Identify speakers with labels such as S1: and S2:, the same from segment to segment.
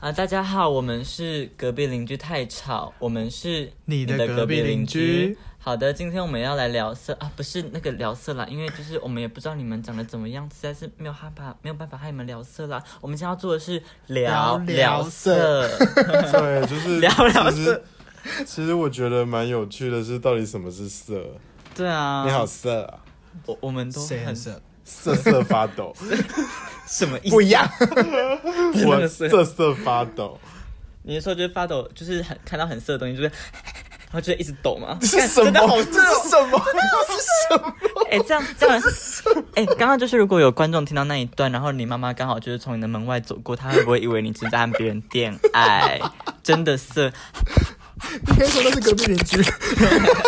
S1: 啊、大家好，我们是隔壁邻居太吵，我们是
S2: 你的隔壁邻居。
S1: 好的，今天我们要来聊色啊，不是那个聊色啦，因为就是我们也不知道你们长得怎么样，实在是没有办法没有办法和你们聊色啦。我们今天要做的是聊
S2: 聊
S1: 聊色，
S3: 对，就是
S1: 聊聊
S3: 其实其实我觉得蛮有趣的是，到底什么是色？
S1: 对啊，
S3: 你好色啊，
S1: 我我们都
S2: 谁啊
S1: 很
S2: 很色？
S3: 瑟瑟发 抖，
S1: 什么意思
S3: 不？一样，
S1: 那
S3: 我
S1: 个色
S3: 瑟瑟发抖，
S1: 你是说就是发抖，就是很看到很色的东西，就是 然后就一直抖吗？
S3: 这是什
S1: 真的好
S3: 么？
S1: 色
S3: 这是什么？
S1: 哎、这样这样，哎、刚刚就是如果有观众听到那一段，然后你妈妈刚好就是从你的门外走过，她会不会以为你正在和别人恋爱？真的是，
S2: 你可以说那是隔壁邻居，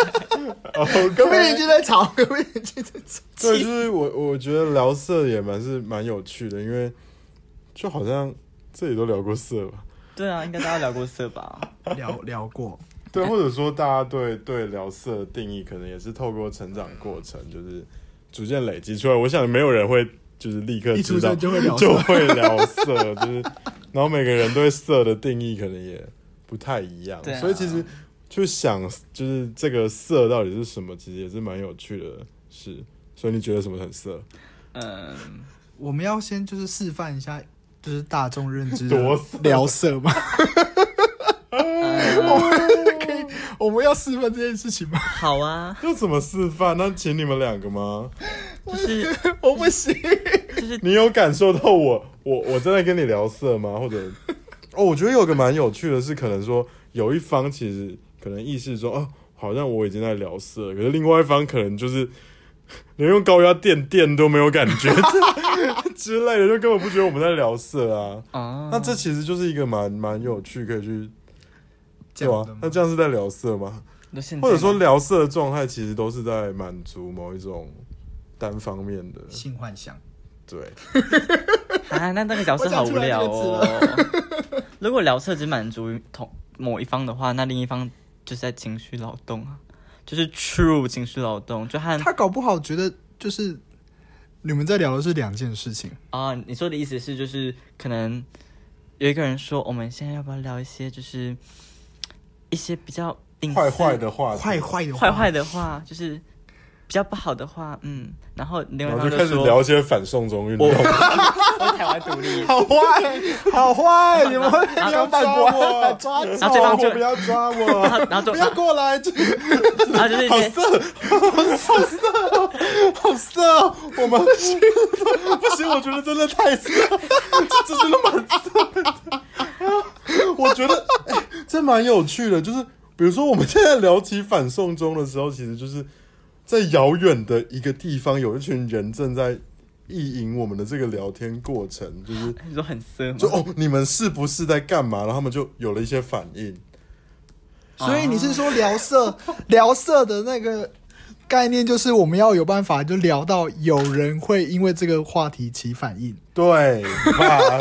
S3: 哦，
S2: 隔壁邻居在吵，隔壁邻居在吵。
S3: 对，就是我我觉得聊色也蛮是蛮有趣的，因为就好像这里都聊过色吧。
S1: 对啊，应该大家聊过色吧？
S2: 聊聊过，
S3: 对，或者说大家对对聊色的定义，可能也是透过成长过程，就是逐渐累积出来。我想没有人会就是立刻
S2: 一出
S3: 知道
S2: 生就会聊色
S3: 就会聊色，就是然后每个人对色的定义可能也不太一样，
S1: 对啊
S3: 所以其实就想就是这个色到底是什么，其实也是蛮有趣的事。所以你觉得什么 很色？
S1: 嗯，
S2: 我们要先就是示范一下，就是大众认知的
S3: 多色
S2: 聊色吗？
S1: 嗯
S2: 我们要示范这件事情吗？
S1: 好啊，
S3: 要怎么示范？那请你们两个吗？
S1: 就是
S2: 我不行，
S1: 就是
S3: 你有感受到我我我正在跟你聊色吗？或者哦，我觉得有个蛮有趣的是，可能说有一方其实可能意识中哦，好像我已经在聊色了，可是另外一方可能就是连用高压电电都没有感觉 之类的，就根本不觉得我们在聊色啊。
S2: 嗯
S1: 哦，
S3: 那这其实就是一个蛮蛮有趣，可以去
S2: 这
S3: 对吧
S2: 样的？吗嗯
S3: 那这样是在聊色吗？
S1: 那现在
S3: 或者说
S1: 吗
S3: 聊色的状态其实都是在满足某一种单方面的，
S2: 性幻想，
S3: 对。
S1: 啊，那那个角色好无聊
S2: 我
S1: 哦。如果聊色只满足于同某一方的话，那另一方就是在情绪劳动啊，就是 true 情绪劳动，就和
S2: 他搞不好觉得就是你们在聊的是两件事情，
S1: 啊、你说的意思是就是可能有一个人说，我们现在要不要聊一些就是一些比较隐私
S3: 坏坏的话题，
S2: 嗯坏坏的话
S1: 坏坏的话，就是比较不好的话，嗯，然后另外
S3: 然
S1: 一方
S3: 后就开始
S1: 说，
S3: 聊一些反送中运动。
S1: 我 台湾独 立，
S2: 好坏，好坏，你们会
S3: 不
S2: 你
S3: 要
S2: 们反
S3: 抓
S2: 驳，
S3: 我，
S2: 抓走
S1: 然后对方就
S3: 我不要 抓
S1: 然
S3: 我，
S1: 后然后就
S3: 不要过来，这
S1: 然后就是一些
S3: 好色哦，我们不行，我觉得真的太色，这这真的蛮色的。我觉得、哎这蛮有趣的，就是比如说我们现在聊起反送中的时候，其实就是在遥远的一个地方，有一群人正在意淫我们的这个聊天过程，就是
S1: 你说很色吗？
S3: 就哦，你们是不是在干嘛？然后他们就有了一些反应。
S2: 所以你是说聊色， 聊色的那个概念就是我们要有办法就聊到有人会因为这个话题起反应，
S3: 对吧？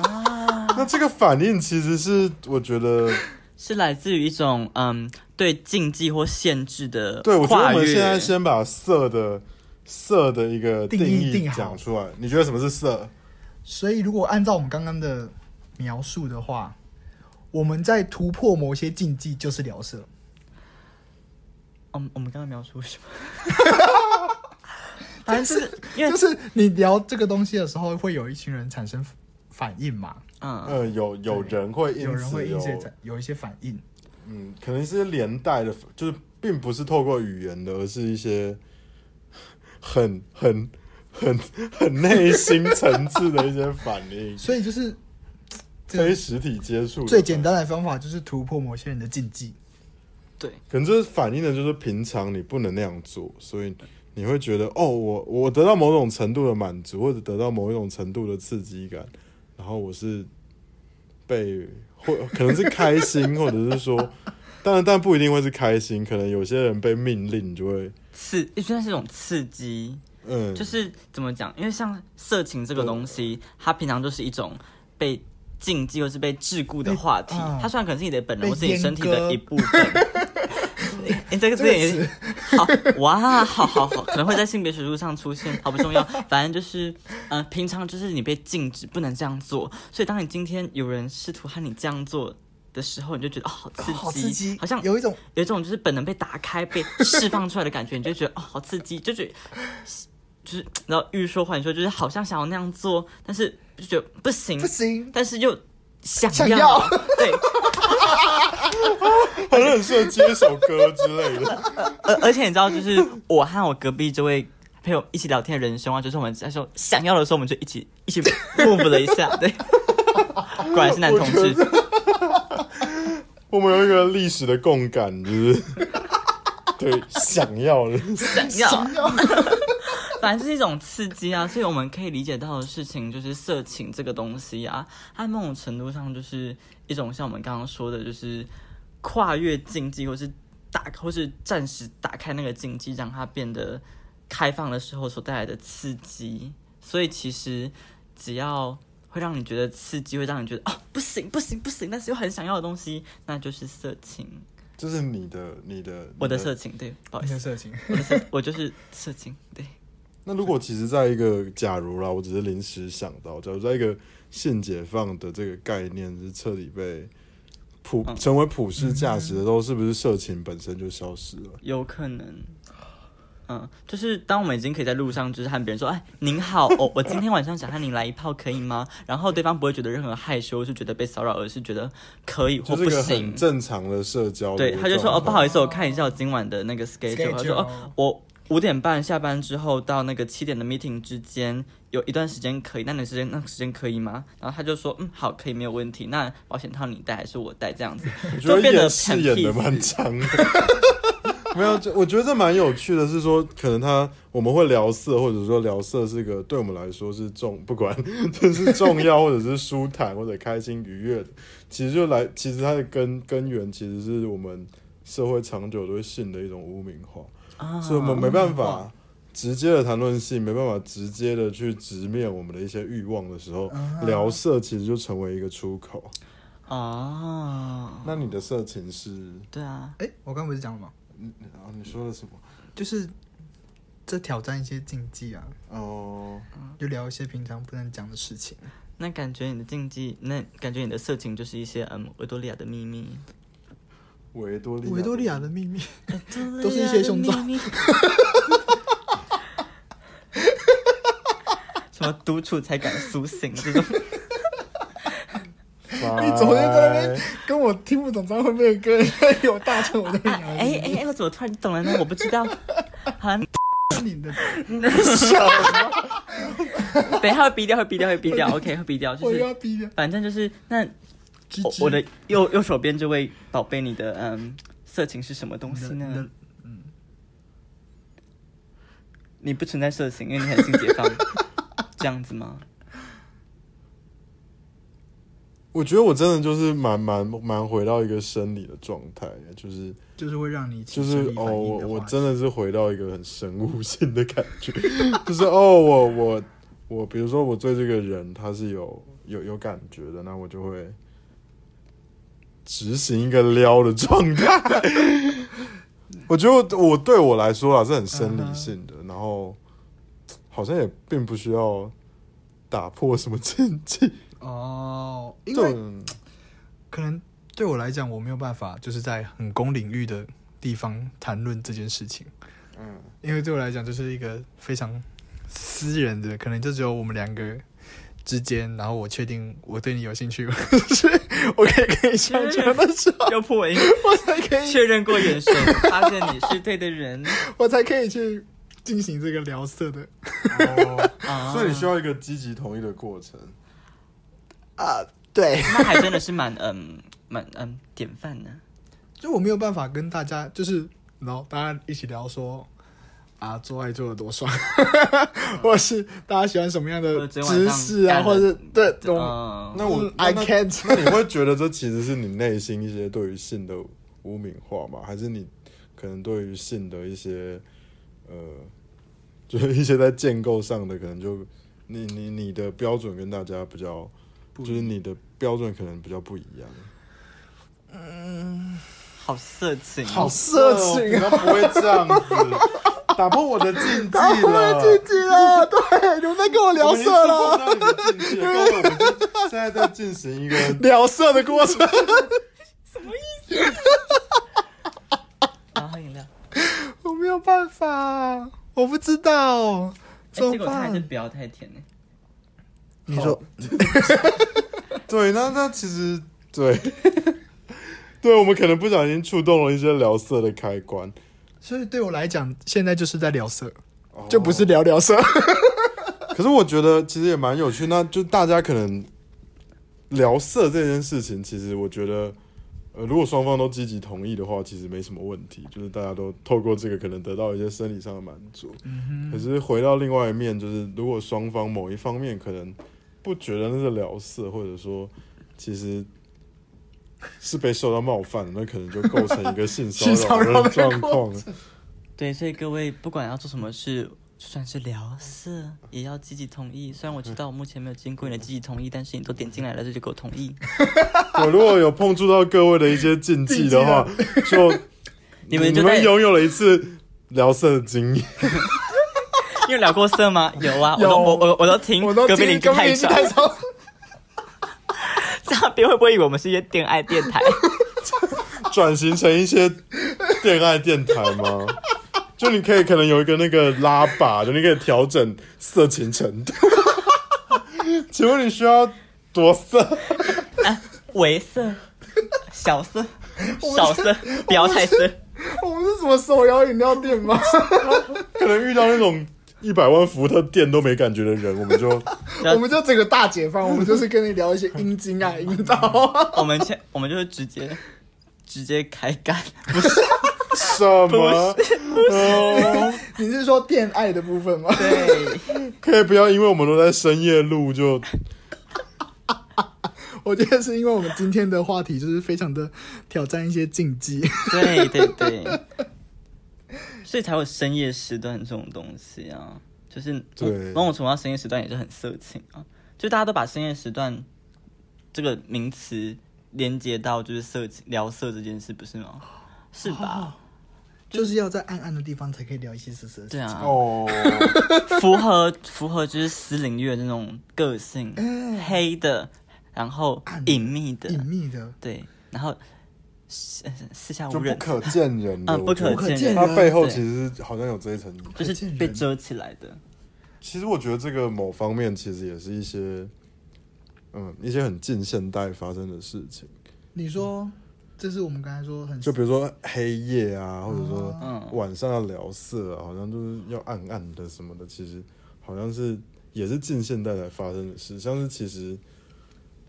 S3: 那这个反应其实是我觉得，
S1: 是来自于一种嗯对禁忌或限制的
S3: 对我觉得
S1: 跨
S3: 我们现在
S1: 越。
S3: 先把色的色的一个
S2: 定义
S3: 义
S2: 定好
S3: 讲出来。你觉得什么是色？
S2: 所以如果按照我们刚刚的描述的话，我们在突破某些禁忌就是聊色，
S1: 嗯，我们刚刚描述什么？反正就是因为
S2: 就是你聊这个东西的时候会有一群人产生反应嘛，
S1: 嗯，
S3: 呃，有有人会因
S2: 啊
S3: 此
S2: 有人会因
S3: 有
S2: 此哦有一些反应，，
S3: 嗯，可能是连带的，就是并不是透过语言的，而是一些很很很很内心层次的一些反应
S2: 所以就是 这
S3: 非实体接触的
S2: 最简
S3: 反应
S2: 单的方法就是突破某些人的禁忌。
S1: 对，
S3: 可能这反映的就是平常你不能那样做，所以你会觉得哦，我我得到某种程度的满足，或者得到某一种程度的刺激感，然后我是被或可能是开心，或者是说，当然 但不一定会是开心，可能有些人被命令就会
S1: 刺，就算是一种刺激，
S3: 嗯，
S1: 就是怎么讲？因为像色情这个东西，它平常就是一种被禁忌或是被桎梏的话题
S2: 被啊。
S1: 它虽然可能是你的本能
S2: 被
S1: 或是你身体
S2: 阉割
S1: 的一部分，你你这个字
S2: 这
S1: 也
S2: 个
S1: 好哇，好好好，可能会在性别学术上出现，好不重 要。反正就是，呃，平常就是你被禁止不能这样做，所以当你今天有人试图和你这样做的时候，你就觉得哦，好刺激，
S2: 好刺激，
S1: 好像
S2: 有一种
S1: 有一种就是本能被打开、被释放出来的感觉，你就觉得哦，好刺激，就觉得就是然后欲说还休，就是好像想要那样做，但是就觉得不行，
S2: 不行，
S1: 但是又想要，
S2: 想要
S1: 对，
S3: 好像很适合接一首歌之类的。
S1: 而而且你知道，就是我和我隔壁这位陪我一起聊天的人兄啊，就是我们在说想要的时候，我们就一起一起 move 了一下， 对，果然是男同志，
S3: 我们有一个历史的共感，就是对想要的。
S1: 想要。 反正是一种刺激啊，所以我们可以理解到的事情就是色情这个东西啊，它某种程度上就是一种像我们刚刚说的，就是跨越禁忌，或是打，或是暂时打开那个禁忌，让它变得开放的时候所带来的刺激。所以其实只要会让你觉得刺激，会让你觉得哦不行不行不行，但是又很想要的东西，那就是色情。
S3: 这是你的，你的，
S1: 我的
S3: 你
S1: 色情，对，不好意
S2: 你的
S1: 思，
S2: 色情，
S1: 我的色，我就是色情，对。
S3: 那如果其实在一个假如啦，我只是临时想到，假如在一个性解放的这个概念是彻底被普
S1: 嗯
S3: 成为普世价值的时候，是不是色情本身就消失了？
S1: 有可能。嗯，就是当我们已经可以在路上，就是和别人说：“哎，您好，哦，我今天晚上想和您来一炮，可以吗？”然后对方不会觉得任何害羞，是觉得被骚扰，而是觉得可以或
S3: 就是
S1: 哦不
S3: 一个很
S1: 行。
S3: 正常的社交的
S1: 对，
S3: 一个
S1: 他就说：“哦，
S3: 状
S1: 不
S3: 况
S1: 好意思，我看一下我今晚的那个 schedule。”他说：“哦，我五点半下班之后到那个七点的 meeting 之间有一段时间可以，那你时间那个时间可以吗？”然后他就说：“嗯，好，可以，没有问题。那保险套你戴还是我戴？这样子
S3: 我觉
S1: 就
S3: 得
S1: 变得
S3: 演戏
S1: 很
S3: 演的
S1: peace
S3: 蛮长的。 没有，这我觉得这蛮有趣的，是说可能他我们会聊色，或者说聊色是个对我们来说是重不管 这是重要，或者是舒坦或者开心愉悦的，其实就来其实它的根根源其实是我们社会长久对性的一种污名化。
S1: 啊
S3: 所以我们没办法啊直接的谈论性，没办法直接的去直面我们的一些欲望的时候，
S1: 啊
S3: 聊色其实就成为一个出口。
S1: 哦，
S3: 那你的色情是，
S1: 对啊，
S2: 哎，我刚不是讲了吗？
S3: 啊，你说了什么？
S2: 就是这挑战一些禁忌啊，
S3: 哦，
S2: 就聊一些平常不能讲的事情。
S1: 那感觉你的禁忌，那感觉你的色情就是一些嗯维多利亚的秘密，
S3: 维多利亚，
S2: 维多利亚的秘密，
S1: 都
S2: 都是一些胸罩。
S1: 什么独处才敢苏醒 这种，
S3: Bye，
S2: 你昨天在那边跟我听不懂张惠妹的歌， 有大唱我在
S1: 哎
S2: 讲，
S1: 哎哎，我怎么突然懂了呢？我不知道。好 了，
S2: 是你的，
S1: 等一下会逼掉，会逼掉，会逼掉。OK，会逼掉，就
S2: 我又要
S1: 是
S2: 逼的。
S1: 反正就是那
S2: 吱
S1: 我
S2: 吱
S1: 我的右右手边这位宝贝，你的嗯色情是什么东
S2: 你
S1: 西
S2: 的
S1: 呢？
S2: 你的
S1: 你不存在色情，因为你很性解 放，这样子吗？
S3: 我觉得我真的就是蛮蛮蛮回到一个生理的状态，就是
S2: 就是会让你起
S3: 就是
S2: 生理
S3: 哦，
S2: 反应
S3: 我
S2: 的
S3: 我
S2: 话
S3: 真的是回到一个很生物性的感 觉，就是哦，我我我，比如说我对这个人他是有有有感觉的，那我就会执行一个撩的状态。 我觉得我我对我来说啊是很生
S2: 嗯
S3: 理性的，然后好像也并不需要打破什么禁忌，
S2: 哦，因
S3: 这
S2: 为
S3: 种
S2: 可能对我来讲，我没有办法就是在很公领域的地方谈论这件事情，
S3: 嗯
S2: 因为对我来讲就是一个非常私人的，可能就只有我们两个之间，然后我确定我对你有兴趣，所以我可以跟你上床的时候，
S1: 又破文
S2: 我才可以，
S1: 确认过眼神，发现你是对的人
S2: 我才可以去进行这个聊色的
S3: 哦
S1: 啊。
S3: 所以你需要一个积极同意的过程。
S2: 啊，对，
S1: 那还真的是蛮嗯蛮嗯典范呢。
S2: 就我没有办法跟大家就是，然后大家一起聊说。啊，做爱做的多爽，或者是大家喜欢什么样的
S1: 或者昨天
S2: 姿
S1: 晚上
S2: 势啊，
S1: 干了
S2: 或者是对，懂
S1: 嗯，
S3: 那我
S2: 嗯
S3: 那
S2: I
S3: 那
S2: can't
S3: 那你会觉得这其实是你内心一些对于性的污名化吗？还是你可能对于性的一些呃， 就是一些在建构上的可能就你你你的标准跟大家比较，就是你的标准可能比较不一样。
S1: 好色情、
S2: 好
S1: 哦，
S2: 色情啊！
S3: 都不会这样子，打破我的禁忌了。
S2: 我禁忌了，对，你们在跟我聊色了，
S3: 了。因为我们就现在在进行一个，
S2: 聊色的过程。
S1: 然后喝饮料。哎
S2: 我没有办法，我不知道
S1: 哎
S2: 怎么
S1: 结果它还是
S2: 办。
S1: 不要太甜呢、
S2: 你说
S3: 对，那那其实对， 对我们可能不小心触动了一些聊色的开关，
S2: 所以对我来讲，现在就是在聊色，就不是聊 聊色。
S3: 可是我觉得其实也蛮有趣，那就大家可能聊色这件事情，其实我觉得，呃，如果双方都积极同意的话，其实没什么问题，就是大家都透过这个可能得到一些生理上的满足。可是回到另外一面，就是如果双方某一方面可能不觉得那是聊色，或者说其实。是被受到冒犯的，那可能就构成一个性
S2: 性
S3: 骚
S2: 骚扰
S3: 扰的
S2: 的
S3: 状况
S2: 过。
S1: 对，所以各位不管要做什么事，就算是聊色，也要积极同意。虽然我知道我目前没有经过你的积极同意，但是你都点进来了，这就给我同 意。
S3: 对，如果有碰触到各位的一些 禁忌啊的话，就
S1: 你们
S3: 你
S1: 就在
S3: 们拥有了一次聊色的经验，
S1: 你有聊过色吗？有啊，我
S2: 有
S1: 都我我我都听
S2: 我都
S1: 隔壁邻居
S2: 跟
S1: 太
S2: 邻居
S1: 吵，
S2: 太吵，
S1: 这样别人会不会以为我们是一些恋爱电台？
S3: 转型成一些恋爱电台吗？ 就你可以可能有一个那个拉把，就你可以调整色情程度。 请问你需要多色？
S1: 微啊色、小色、少色，不要太色。
S2: 我们是什么手摇饮料 店吗？
S3: 可能遇到那种一百万伏特电都没感觉的人，我们就
S2: 我们就整个大解放，我们就是跟你聊一些阴茎啊、阴道啊。
S1: 我们前我们就是直接直接开干，
S3: 什 么？哦
S2: 你是说恋爱的部分吗？
S1: 对，
S3: 可以不要因为我们都在深夜录就
S2: 我觉得是因为我们今天的话题就是非常的挑战一些禁忌。
S1: 对对对，所以才有深夜时段这种东西啊，就是
S3: 对
S1: 某种程度上深夜时段也是很色情啊，就大家都把深夜时段这个名词连接到就是色情聊色这件事，不是吗？是吧？
S2: 就是要在暗暗的地方才可以聊一些色色。
S1: 对，啊，
S3: 哦。
S1: 符合符合就是私领域的那种个性，黑的，然后隐秘的，
S2: 隐秘的，
S1: 对，然后四呃四下
S3: 就
S1: 无
S3: 不
S1: 人，
S3: 可见人的，
S1: 啊
S3: 我
S1: 不
S3: 觉得
S1: 可
S2: 不可
S1: 见人
S2: 见
S3: 它背后
S1: 对
S3: 其实是好像有这一层。
S1: 就
S2: 可见
S1: 是
S2: 人
S1: 被遮起来的。
S3: 其实我觉得这个某方面其实也是一些，嗯，一些很近现代发生的事情，
S2: 你说这是我们刚才说很
S3: 就比如说黑夜啊，或者
S1: 嗯
S3: 说晚上要聊色啊，好像就是要暗暗的什么的，其实好像是也是近现代才发生的事，像是其实，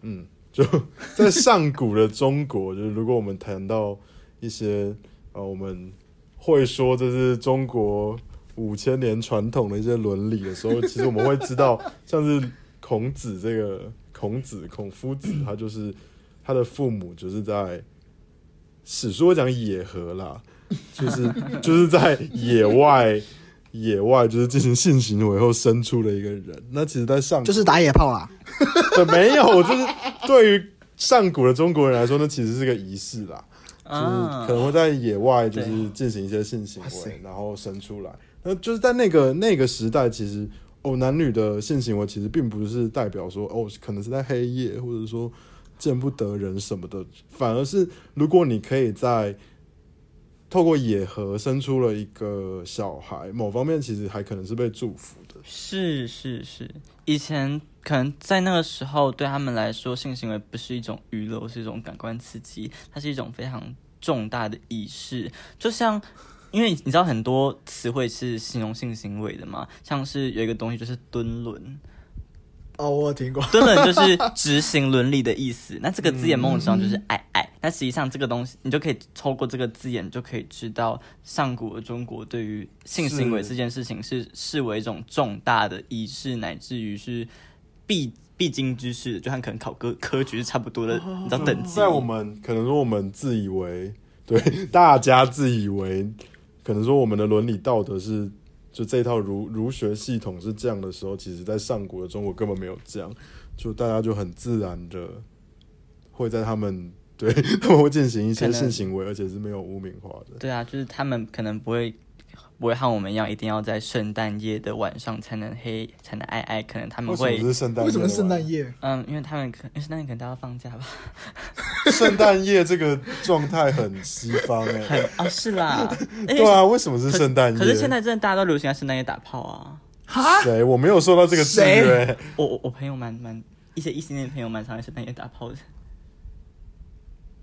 S3: 嗯，就 在上古的中国，就是如果我们谈到一些呃，我们会说这是中国五千年传统的一些伦理的时候，其实我们会知道，像是孔子这个孔子孔夫子，他就是他的父母就是在史书会讲野合啦， 就是就是在野外。野外就是进行性行为后生出的一个人，那其实，在上古
S2: 就是打野炮啊啦。
S3: 对，没有，我就是对于上古的中国人来说，那其实是个仪式啦，
S1: 啊
S3: 就是可能会在野外就是进行一些性行
S2: 哇塞
S3: 为，然后生出来。那就是在那个那个时代，其实哦，男女的性行为其实并不是代表说哦，可能是在黑夜或者说见不得人什么的，反而是如果你可以在透过野合生出了一个小孩，某方面其实还可能是被祝福的。
S1: 是是是，以前可能在那个时候，对他们来说，性行为不是一种娱乐，是一种感官刺激，它是一种非常重大的仪式。就像，因为你知道很多词汇是形容性行为的嘛，像是有一个东西就是蹲轮，
S2: 哦，我有听过。
S1: 蹲轮就是执行伦理的意思。那这个
S3: 嗯
S1: 字眼某种程度上就是爱爱，但实际上这个东西，你就可以透过这个字眼，你就可以知道上古的中国对于性行为
S3: 是
S1: 这件事情是视为一种重大的仪式，乃至于是必必经之事，就和可能考科科举是差不多的，嗯你知道等级。
S3: 哦在我们可能说我们自以为对 大家自以为，可能说我们的伦理道德是就这套儒儒学系统是这样的时候，其实在上古的中国根本没有这样，就大家就很自然的会在他们对， 他们会进行一
S1: 可
S3: 些
S1: 能
S3: 性行为，而且是没有污名化的。
S1: 对啊，就是他们可能不会不会和我们一样，一定要在圣诞夜的晚上才能黑才能爱爱，可能他们
S3: 为什么
S1: 会
S3: 是圣诞
S2: 嗯
S3: 夜？
S2: 为什么是圣诞？夜？
S1: 嗯，因为他们可因为圣诞夜可能大家放假吧，
S3: 圣诞夜这个状态很西方哎、
S1: 很哦是 啦，而且
S3: 对啊，为什么是
S1: 可
S3: 圣诞夜？
S1: 可是现在真的大家都流行在圣诞夜打炮啊，
S2: 哈，
S3: 谁？我没有受到这个欸制约、
S1: 我我我朋友蛮蛮一些异性恋朋友蛮常在圣诞夜打炮的。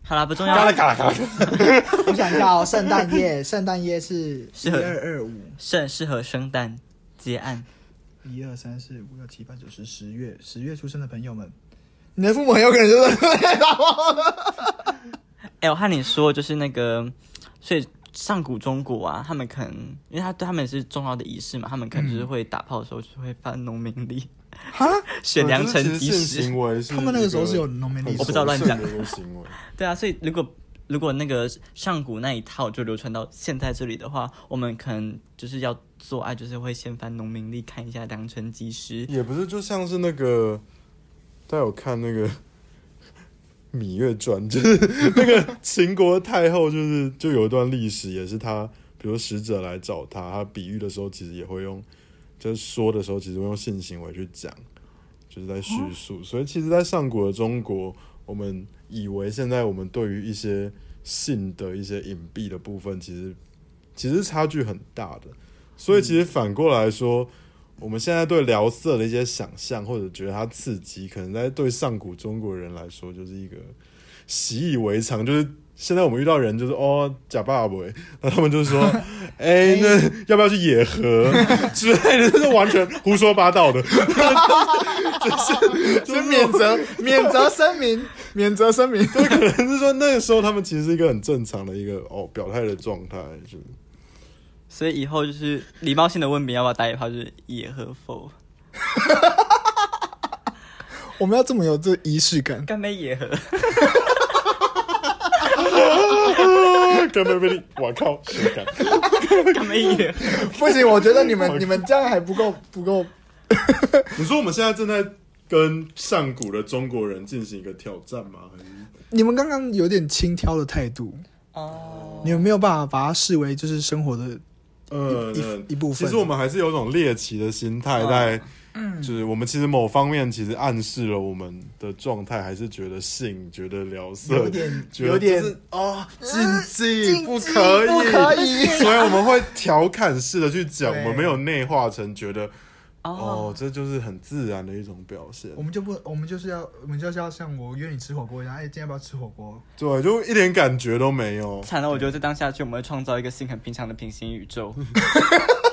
S1: 好啦，不重要
S3: 嘎。啦嘎啦嘎啦。
S2: 我想一下哦，圣诞夜， 圣诞夜是一
S1: 很
S2: 二二五，
S1: 圣适合圣诞结案，
S2: 一二三四五六七八九十十月，十月出生的朋友们，你的父母很有可能就是
S1: 哎、我和你说，就是那个，所以上古中国啊，他们可能，因为他对他们也是重要的仪式嘛，他们可能
S3: 嗯
S1: 就是会打炮的时候就会发农民历，
S2: 哈，
S1: 选良辰
S3: 就是
S1: 吉
S3: 其实性
S1: 时。
S3: 行为是
S2: 他们那个时候是有
S3: 一
S2: 农民
S3: 个
S2: 历
S3: 很
S1: 我不知道乱讲
S3: 神圣的一个行为，
S1: 对啊，所以如果如果那个上古那一套就流传到现在这里的话，我们可能就是要做爱，就是会先翻农民历看一下良辰吉时。
S3: 也不是就像是那个，大家有看那个《芈月传》，就是 那个秦国太后，就是就有一段历史，也是她，比如使者来找她，她比喻的时候，其实也会用，就是说的时候，其实会用性行为去讲，就是在叙述。所以其实，在上古的中国，我们以为现在我们对于一些性的一些隐蔽的部分，其实其实差距很大的。所以其实反过来说，我们现在对聊色的一些想象或者觉得它刺激，可能在对上古中国人来说就是一个习以为常，就是。现在我们遇到人就是哦假爸 爸，那他们 就说，哎、那要不要去野河 之类的，就是完全胡说八 道的，
S2: 先免责，免责声明，免责声明。
S3: 可能是说那个时候他们其实是一个很正常的一个哦表态的状态，就
S1: 所以以后就是礼貌性的问别人要不要打野炮，就是野和否，
S2: 我们要这么有这仪式 感，
S1: 干杯野和。
S3: 干杯杯，我靠，谁敢？
S1: 干杯野合。
S2: 不行，我觉得你 们你们这样还不够不够。
S3: 你说我们现在正在跟上古的中国人进行一个挑战吗？还是
S2: 你们刚刚有点轻佻的态度，
S1: 哦，
S2: 你们没有办法把它视为就是生活的
S3: 呃
S2: 一
S3: 那
S2: 一部分嗯
S3: 其实我们还是有一种猎奇的心态在，就是我们其实某方面其实暗示了我们的状态，还是觉得性，觉得聊色，
S2: 有点
S3: 觉得
S2: 有点呃
S3: 就是哦，禁忌
S2: 禁
S3: 不
S2: 忌
S3: 可以，
S2: 不可以
S3: 所以我们会调侃式的去讲，
S2: 对
S3: 我们没有内化成觉得
S1: 哦
S3: 哦，这就是很自然的一种表现
S2: 我。们就不，我们就是要，我们就是要像我约你吃火锅一样，哎，今天要不要吃火锅？
S3: 对，就一点感觉都没有。
S1: 惨了，我觉得再当下去，我们会创造一个性很平常的平行宇 宙。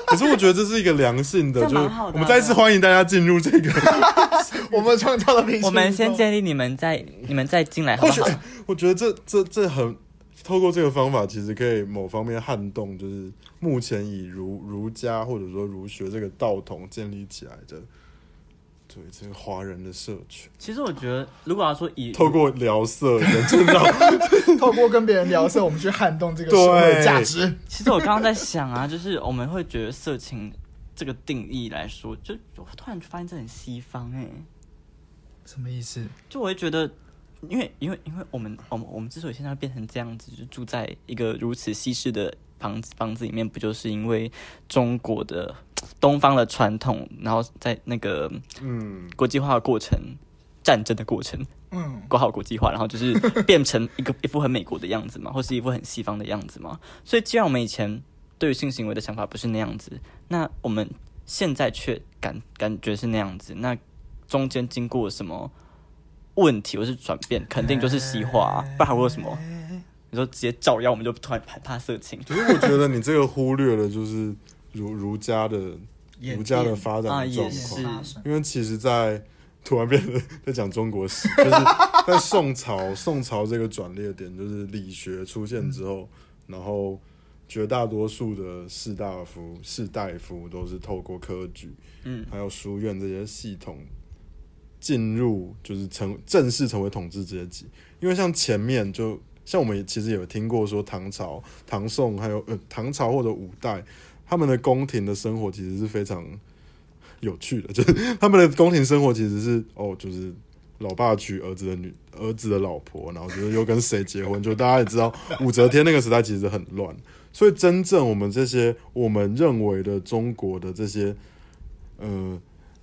S3: 可是我觉得这是一个良性的，
S1: 这
S3: 就是
S1: 蛮好的啊
S3: 我们再一次欢迎大家进入这个。
S2: 我们创造了平行宇宙
S1: 我们先建立你们再你们再进来好
S3: 我
S1: 不
S3: 觉
S1: 好？
S3: 得，我觉得这这这很透过这个方法，其实可以某方面撼动，就是目前以儒儒家或者说儒学这个道统建立起来的，对这个华人的社群，
S1: 其实我觉得，如果要说以
S3: 透过聊色能知 道，
S2: 透过跟别人聊色，我们去撼动这个社会的价值。
S1: 其实我刚刚在想啊， 就是我们会觉得色情这个定义来说，就我突然发现这很西方哎、
S2: 什么意思？
S1: 就我会觉得。因为，因为，因为我们，我们，我们之所以现在变成这样子，就住在一个如此西式的房子房子里面，不就是因为中国的东方的传统，然后在那个
S3: 嗯，
S1: 国际化的过程、战争的过程，
S2: 嗯，
S1: 挂号国际化，然后就是变成一个一 副很美国的样子嘛，或是一副很西方的样子嘛。所以，既然我们以前对于性行为的想法不是那样子，那我们现在却感感觉是那样子，那中间经过什么问题或是转变，肯定就是西化、啊，不然还会有什么？你说直接照妖，我们就突然怕怕色情。
S3: 可是我觉得你这个忽略了就是儒儒家的
S2: 演变
S3: 儒家的发展
S1: 啊
S3: 的
S1: 也
S3: 状
S1: 是
S3: 况，
S2: 发生
S3: 因为其实，在突然变得在讲中国史， 就是在宋朝，宋朝这个转捩点就是理学出现之后，然后绝大多数的士大夫、士大夫都是透过科举，
S1: 嗯，
S3: 还有书院这些系统进入，就是成正式成为统治阶级。因为像前面就像我们也其实有听过说唐朝、唐宋还有呃唐朝或者五代，他们的宫廷的生活其实是非常有趣的，就是他们的宫廷生活其实是哦，就是老爸娶儿子的女儿子的老婆，然后就是又跟谁结婚，就大家也知道武则天那个时代其实很乱，所以真正我们这些我们认为的中国的这些呃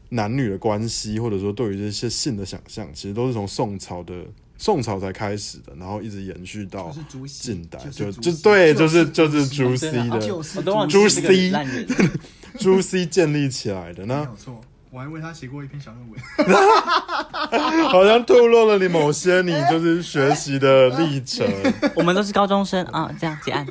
S3: 男女的关系，或者说对于这些性的想象，其实都是从宋朝的宋朝才开始的，然后一直延续到
S4: 就是朱熹
S3: 近代，
S4: 就是
S3: 哦就
S4: 朱熹
S3: 对，就
S4: 就是是
S3: 就是
S4: 朱
S3: 朱
S4: 熹
S3: 熹
S4: 对啊
S2: 哦
S4: 就
S3: 的
S4: 是
S1: 我都忘
S3: 朱
S1: 记是
S3: 熹
S1: 个烂人，
S3: 朱熹建立起来的。
S2: 没
S3: 那
S2: 有错，我还为他写过一篇小论文。
S3: 好像透露了你某些你就是学习的历 程。
S1: 我们都是高中生啊，这样结案。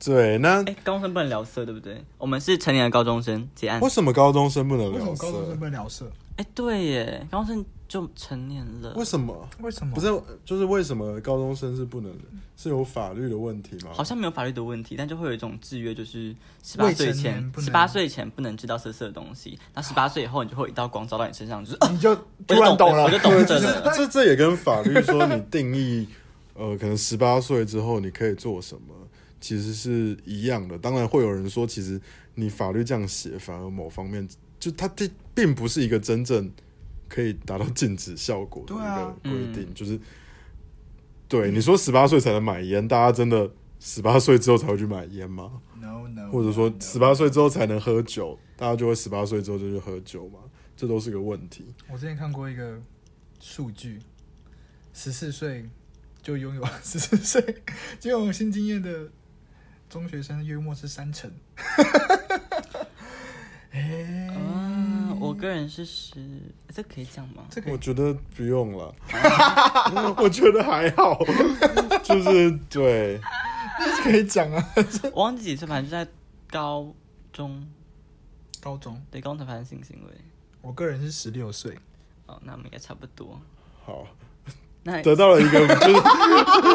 S3: 对，那
S1: 哎，高中生不能聊色，对不对？我们是成年的高中生，结案
S3: 为。什么高中生不能
S2: 为什
S3: 聊
S2: 么高中
S3: 色
S2: 生？不能聊色？
S1: 哎，对耶，高中生就成年了
S3: 为。什么？
S2: 为什么？
S3: 不，是，就是为什么高中生是不能的？是有法律的问题吗？
S1: 好像没有法律的问题，但就会有一种制约，就是十八
S2: 未
S1: 岁
S2: 成年
S1: 前，
S2: 不能
S1: 十八岁前不能知道色色的东西，那十八岁以后你就会有一道光照到你身上，就是、呃
S2: 你就
S1: 我
S2: 突然懂了
S1: 我 就。懂
S3: 对，
S1: 这
S3: 就是
S1: 了。
S3: 这这也跟法律说你定义，呃，可能十八岁之后你可以做什么，其实是一样的。当然会有人说，其实你法律这样写，反而某方面就它并并不是一个真正可以达到禁止效果的一
S2: 对啊
S3: 个规定，就是对你说十八岁才能买烟，大家真的十八岁之后才会去买烟吗？
S2: No no，
S3: 或者说十八岁之后才能喝酒，大家就会十八岁之后就去喝酒嘛？这都是个问题。
S2: 我之前看过一个数据，十四岁就拥有 十四岁就拥有性经验的中学生，约莫是三成。哎、
S1: 嗯，我个人是十，这可以讲吗？
S2: 这个
S3: 我觉得不用了， 我觉得还好，就是对，
S2: 可以讲啊。
S1: 我忘记几次，反正就在高中，
S2: 高中，
S1: 对，高中才发生性行为。
S2: 我个人是十六岁，
S1: 哦，那我们应该差不多。
S3: 好，
S1: 那
S3: 得到了一个就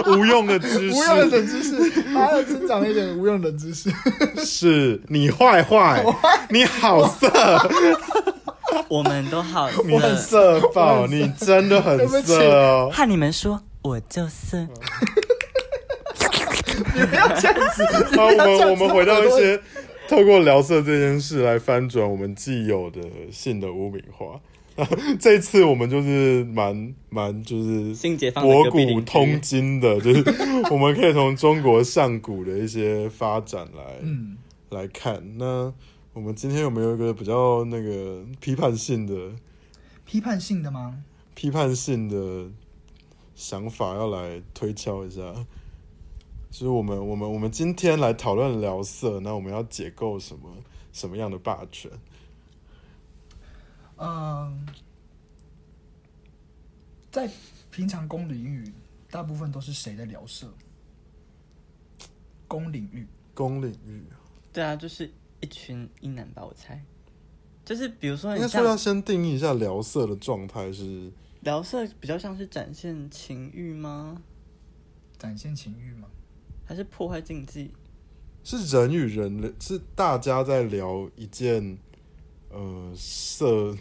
S3: 是 无用的知
S2: 无用的
S3: 识，
S2: 冷知识，妈的，增长了一点无用的冷 知识。
S3: 是你坏坏，你好色，
S1: 我们都好
S3: 你很
S1: 色，
S3: 色爆，你真的很
S2: 对不起
S3: 色哦。
S1: 和你们说，我就色。
S3: 好，我们我们回到一些透过聊色这件事来翻转我们既有的性的污名化。 这次我们就是蛮蛮就是
S1: 性解放的
S3: 博
S1: 隔壁
S3: 古
S1: 邻居
S3: 通今的， 就是我们可以从中国上古的一些发展来、
S2: 嗯，
S3: 来看。那我们今天有没有一个比较那个批判性的、
S2: 批判性的吗？
S3: 批判性的想法要来推敲一下？就是我们我们我们今天来讨论聊色，那我们要解构什么什么样的霸权？
S2: 嗯、在平常公领域，大部分都是谁在聊色？公领域，
S3: 公领域
S1: 对啊，就是一群一男吧，我猜。就是比如说，
S3: 应
S1: 你
S3: 该说要
S1: 像
S3: 先定义一下聊色的状态是
S1: 聊色比较像是展现情欲吗？
S2: 展现情欲吗？
S1: 还是破坏禁忌？
S3: 是人与人，是大家在聊一件呃色，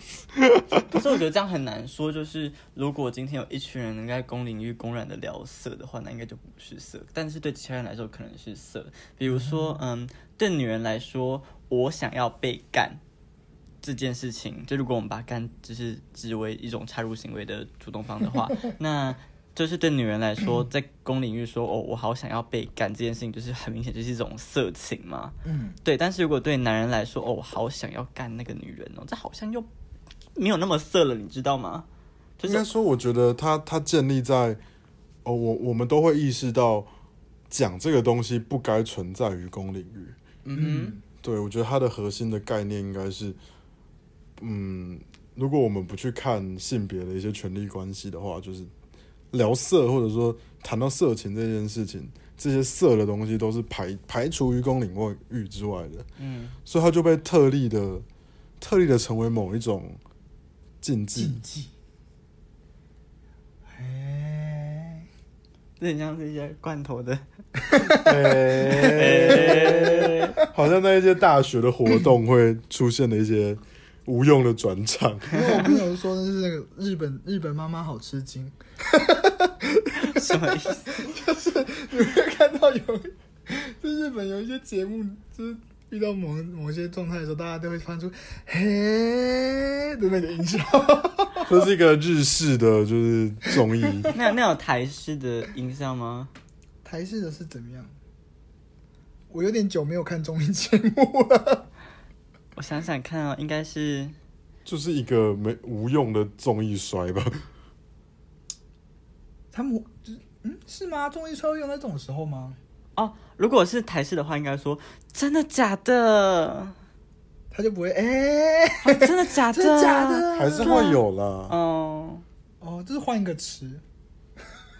S1: 可是我觉得这样很难说。就是如果今天有一群人能在公领域公然的聊色的话，那应该就不是色。但是对其他人来说，可能是色。比如说，嗯，对女人来说，我想要被干这件事情，就如果我们把干只是只为一种插入行为的主动方的话，那就是对女人来说，在公领域说哦，我好想要被干这件事情，就是很明显就是一种色情嘛。
S2: 嗯，
S1: 对，但是如果对男人来说，哦，我好想要干那个女人哦，这好像又没有那么色了，你知道吗？就
S3: 应该
S1: 是
S3: 说，我觉得它它建立在哦，我我们都会意识到讲这个东西不该存在于公领域。
S1: 嗯
S3: 对，我觉得它的核心的概念应该是，嗯，如果我们不去看性别的一些权利关系的话，就是聊色或者说谈到色情这件事情，这些色的东西都是排排除于公领域之外的。
S1: 哼嗯，
S3: 所以他就被特例的、特例的成为某一种禁忌
S2: 禁。忌。哎，
S1: 这很像是一些罐头的，
S3: 欸好像在一些大学的活动会出现的一些无用的转场。
S2: 因为我朋友说的是那个日本日本妈妈好吃 惊，
S1: 什么意思？
S2: 你会看到有，就日本有一些节目，就是遇到某某些状态的时候，大家都会发出“嘿”的那个音效。
S3: 这是一个日式的，就是综艺，
S1: 那有那有台式的音效吗？
S2: 台式的是怎么样？我有点久没有看综艺节目了。
S1: 我想想看啊、应该是
S3: 就是一个没无用的综艺衰吧。
S2: 他们就是嗯是吗？综艺才会用在这种时候吗？
S1: 哦，如果是台式的话，应该说真的假的，
S2: 他就不会哎、
S1: 哦真的假的，
S2: 真的假的？
S3: 还是会有啦，
S1: 哦，
S2: 哦，这是换一个词，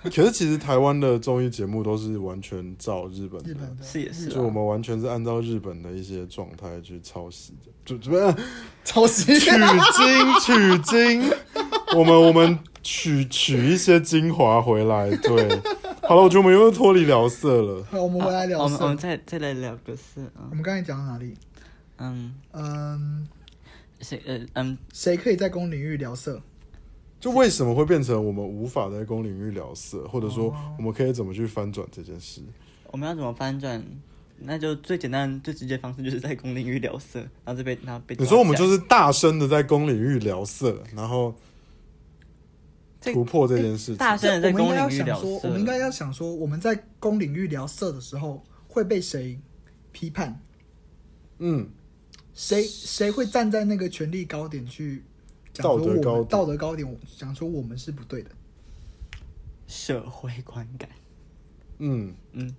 S3: 可是其实台湾的综艺节目都是完全照日本
S2: 日本
S3: 的，
S2: 的
S1: 是也是啊
S3: 就我
S1: 啦，
S3: 们完全是按照日本的一些状态去抄袭的，就怎么样？
S2: 抄袭。
S3: 取经，取经，我们我们取取一些精华回来。对，好了，我觉得我们又脱离聊色了。
S2: 好，我们回来聊
S1: 我
S2: 色。
S1: 们我们再再来聊个事啊
S2: 我，们刚才讲到哪里？
S1: 嗯，
S2: 嗯，
S1: 是呃嗯，
S2: 谁可以在公领域聊色？
S3: 就为什么会变成我们无法在公领域聊色，或者说我们可以怎么去翻转这件事？
S1: 我们要怎么翻转？那就最简单、最直接的方式就是在公领域聊色，然后这边然后被
S3: 你说我们就是是大声的在公领域聊色，然后
S1: 这
S3: 突破这件事
S1: 大
S3: 情。
S1: 声的在
S2: 我
S1: 公
S2: 们应该要
S1: 领域
S2: 想
S1: 聊
S2: 说，
S1: 色，
S2: 我们应该要想说，我们在公领域聊色的时候会被谁批判？
S3: 嗯，
S2: 谁谁会站在那个权力高点去讲说
S3: 道德
S2: 我们
S3: 高点
S2: 道德高点，讲说我们是不对的？
S1: 社会观感，
S3: 嗯，
S1: 嗯，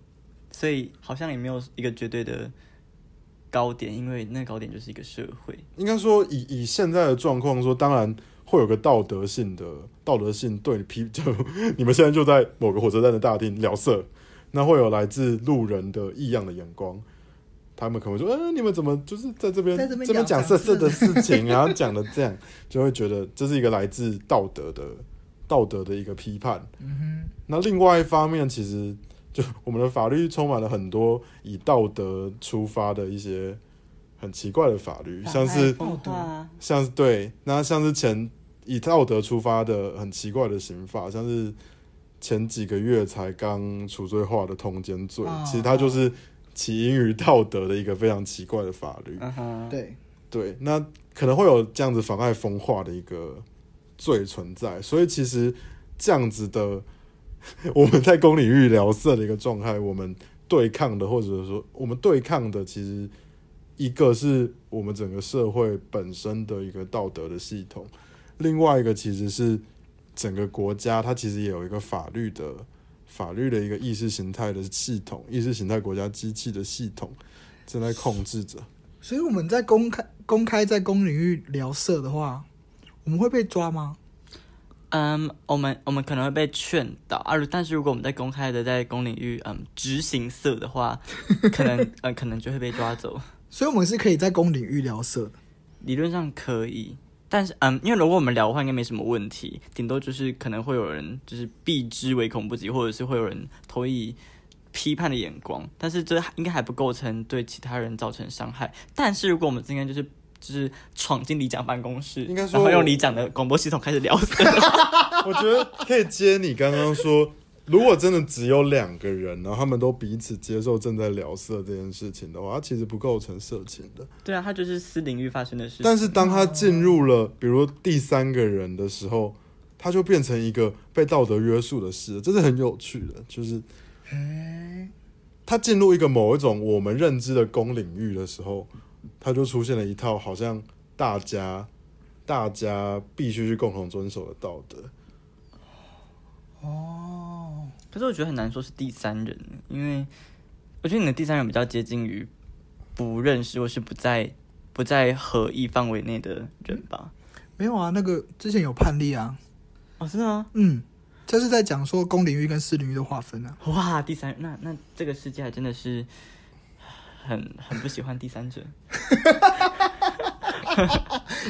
S1: 所以好像也没有一个绝对的高点，因为那个高点就是一个社会，
S3: 应该说以以现在的状况说，当然会有个道德性的道德性对你批，就你们现在就在某个火车站的大厅聊色，那会有来自路人的异样的眼光。他们可能会说：“嗯、你们怎么就是在这边
S2: 在这边
S3: 这边
S2: 讲
S3: 讲色色的事情，然后讲的这样，就会觉得这是一个来自道德的道德的一个批判。
S2: 嗯
S3: 那另外一方面，其实就我们的法律充满了很多以道德出发的一些很奇怪的法律，像是
S1: 哦对啊，
S3: 像是对，那像是前以道德出发的很奇怪的刑法，像是前几个月才刚处罪化的通奸罪，
S2: 哦
S3: 其实它就是起因于道德的一个非常奇怪的法律。
S1: 嗯哼，
S2: 哼，对，
S3: 对，那可能会有这样子妨碍风化的一个罪存在，所以其实这样子的我们在公领域聊色的一个状态，我们对抗的或者说我们对抗的，其实一个是我们整个社会本身的一个道德的系统，另外一个其实是整个国家它其实也有一个法律的。法律的一个意识形态的系统，意识形态国家机器的系统正在控制着。
S2: 所以我们在公开公开在公领域聊色的话，我们会被抓吗？
S1: 嗯，我们我们可能会被劝导啊，如但是如果我们在公开的在公领域嗯执行色的话，可 能呃可能就会被抓走。
S2: 所以我们是可以在公领域聊色的。
S1: 理论上可以，但是嗯，因为如果我们聊的话，应该没什么问题，顶多就是可能会有人就是避之唯恐不及，或者是会有人投以批判的眼光，但是这应该还不构成对其他人造成伤害。但是如果我们今天就是。就是闯进里长办公室，
S3: 应该说
S1: 然后
S3: 我
S1: 用里长的广播系统开始聊色，
S3: 我觉得可以接你刚刚说，如果真的只有两个人，然后他们都彼此接受正在聊色这件事情的话，它其实不构成色情的。
S1: 对啊，它就是私领域发生的事情。
S3: 但是当他进入了，比如第三个人的时候，他就变成一个被道德约束的事，这是很有趣的。就是
S2: 哎，
S3: 他进入一个某一种我们认知的公领域的时候，他就出现了一套好像大家大家必须去共同遵守的道德。
S2: 哦，
S1: 可是我觉得很难说是第三人，因为我觉得你的第三人比较接近于不认识或是不在不在合意范围内的人吧。
S2: 没有啊，那个之前有判例啊，
S1: 哦，真的吗？
S2: 嗯，这是在讲说公领域跟私领域的划分啊。
S1: 哇，第三那那这个世界还真的是很很不喜欢第三者。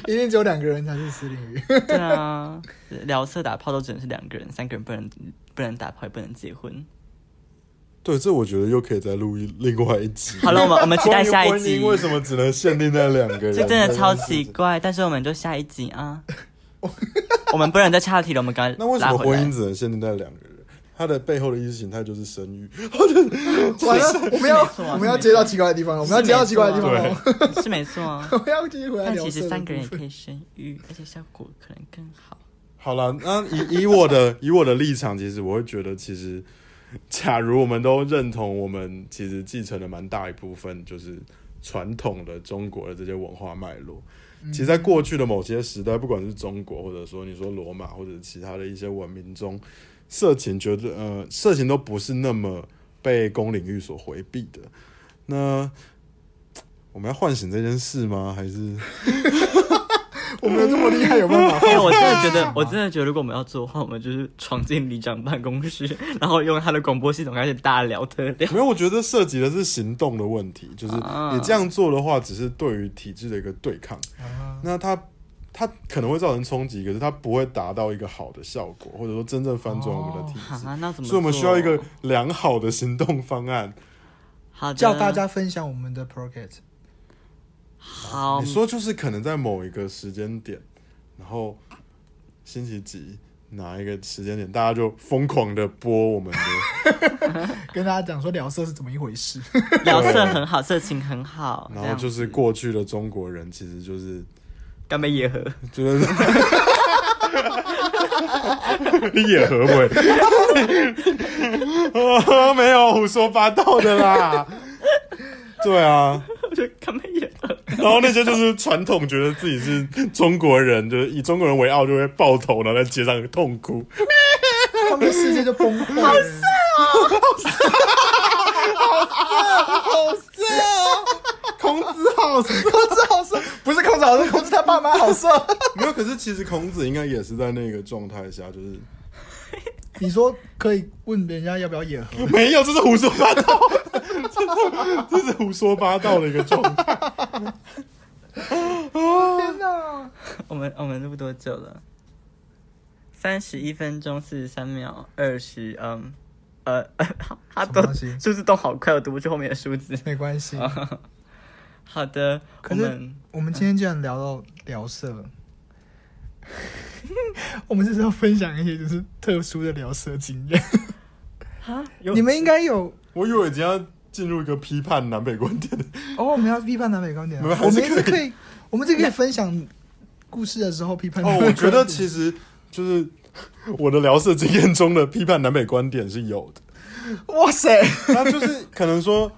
S2: 一定只有两个人才是私领域。
S1: 对啊，聊色打炮都只能是两个人，三个人不能不能打炮，也不能结婚。
S3: 对，这我觉得又可以再录一另外一集。
S1: 好了，我们我们期待下一
S3: 关于
S1: 集
S3: 婚姻。为什么只能限定在两个人？
S1: 这真的超奇。怪，但是我们就下一 集啊。我们不能再岔题了，我们刚
S3: 那为什
S1: 拉
S3: 么
S1: 回
S3: 婚
S1: 来
S3: 姻只能限定在两个人？它的背后的意识形态就是生育。
S2: 完了，我们要我们要接到奇怪的地方了，我们要接到奇怪的地方
S3: 是没
S2: 了，
S1: 是没错啊。
S2: 我们要继续 回来
S1: 但
S2: 聊
S1: 其实
S2: 色的
S1: 三个人
S2: 部
S1: 也
S2: 分。
S1: 可以生育，而且效果可能更 好。
S3: 好了，那以以我的 以我的立场，其实我会觉得，其实假如我们都认同，我们其实继承了蛮大一部分就是传统的中国的这些文化脉络。其实，在过去的某些时代，不管是中国，或者说你说罗马，或者其他的一些文明中，色情绝对呃，色情都不是那么被公领域所回避的。那我们要唤醒这件事吗？还是？
S2: 我们有这么厉害，有办 法？
S1: 哎，我真的觉得， 我真的觉得，如果我们要做的话，我们就是闯进里长办公室，然后用他的广播系统开始大聊特 聊。
S3: 没有，我觉得涉及的是行动的问题，就是
S1: 啊
S3: 你这样做的话，只是对于体制的一个对抗。那它它可能会造成冲击，可是它不会达到一个好的效果，或者说真正翻转我们的体制。
S1: 啊，那怎么做？
S3: 所以我们需要一个良好的行动方案。
S1: 好的
S2: 叫大家分享我们的 p r o c a t
S1: 好
S3: 你说就是可能在某一个时间点，然后星期几哪一个时间点，大家就疯狂的播 我们的，
S2: 跟大家讲说聊色是怎么一回 事。
S1: 嗯聊色很好，色情很好，
S3: 然后就是过去的中国人其实就是
S1: 干杯野喝。
S3: 就是 你也合尾， 哦没有胡说八道的啦。对啊，
S1: 我觉得干杯野喝，
S3: 然后那些就是传统，觉得自己是中国人，就是以中国人为傲，就会抱头，然后在街上痛哭，
S2: 他们的世界就崩溃了。好色哦！好色，
S3: 孔子好色。
S2: 好色，孔子好色，不是孔子好色，孔子他爸妈好 色。
S3: 没有，可是其实孔子应该也是在那个状态下，就是
S2: 你说可以问人家要不要野合？
S3: 没有，这是胡说八道， 这是这是胡说八道的一个状态。
S2: 天哪！
S1: 我们我们录多久了？三十一分钟四十三秒二十，嗯，呃， 他
S2: 什么
S1: 都
S2: 东西
S1: 数字都好快，我读不出后面的数字。
S2: 没关系，
S1: 好的，
S2: 可
S1: 我
S2: 是
S1: 们
S2: 我们今天既然聊到聊色 了，我们就是要分享一些就是特殊的聊色经 验。
S1: 哈，有
S2: 你们应该有
S3: 我以为今天要进入一个批判南北观点的
S2: 哦，我们要批判南北观点啊、
S3: 没有还
S2: 我
S3: 是
S2: 们也是
S3: 可以
S2: 可以，我们是可以分享故事的时候批判南
S3: 哦，
S2: 北
S3: 我
S2: 观点。
S3: 觉得其实就是我的聊色经验中的批判南北观点是有的，
S2: 哇塞，
S3: 那就是可能说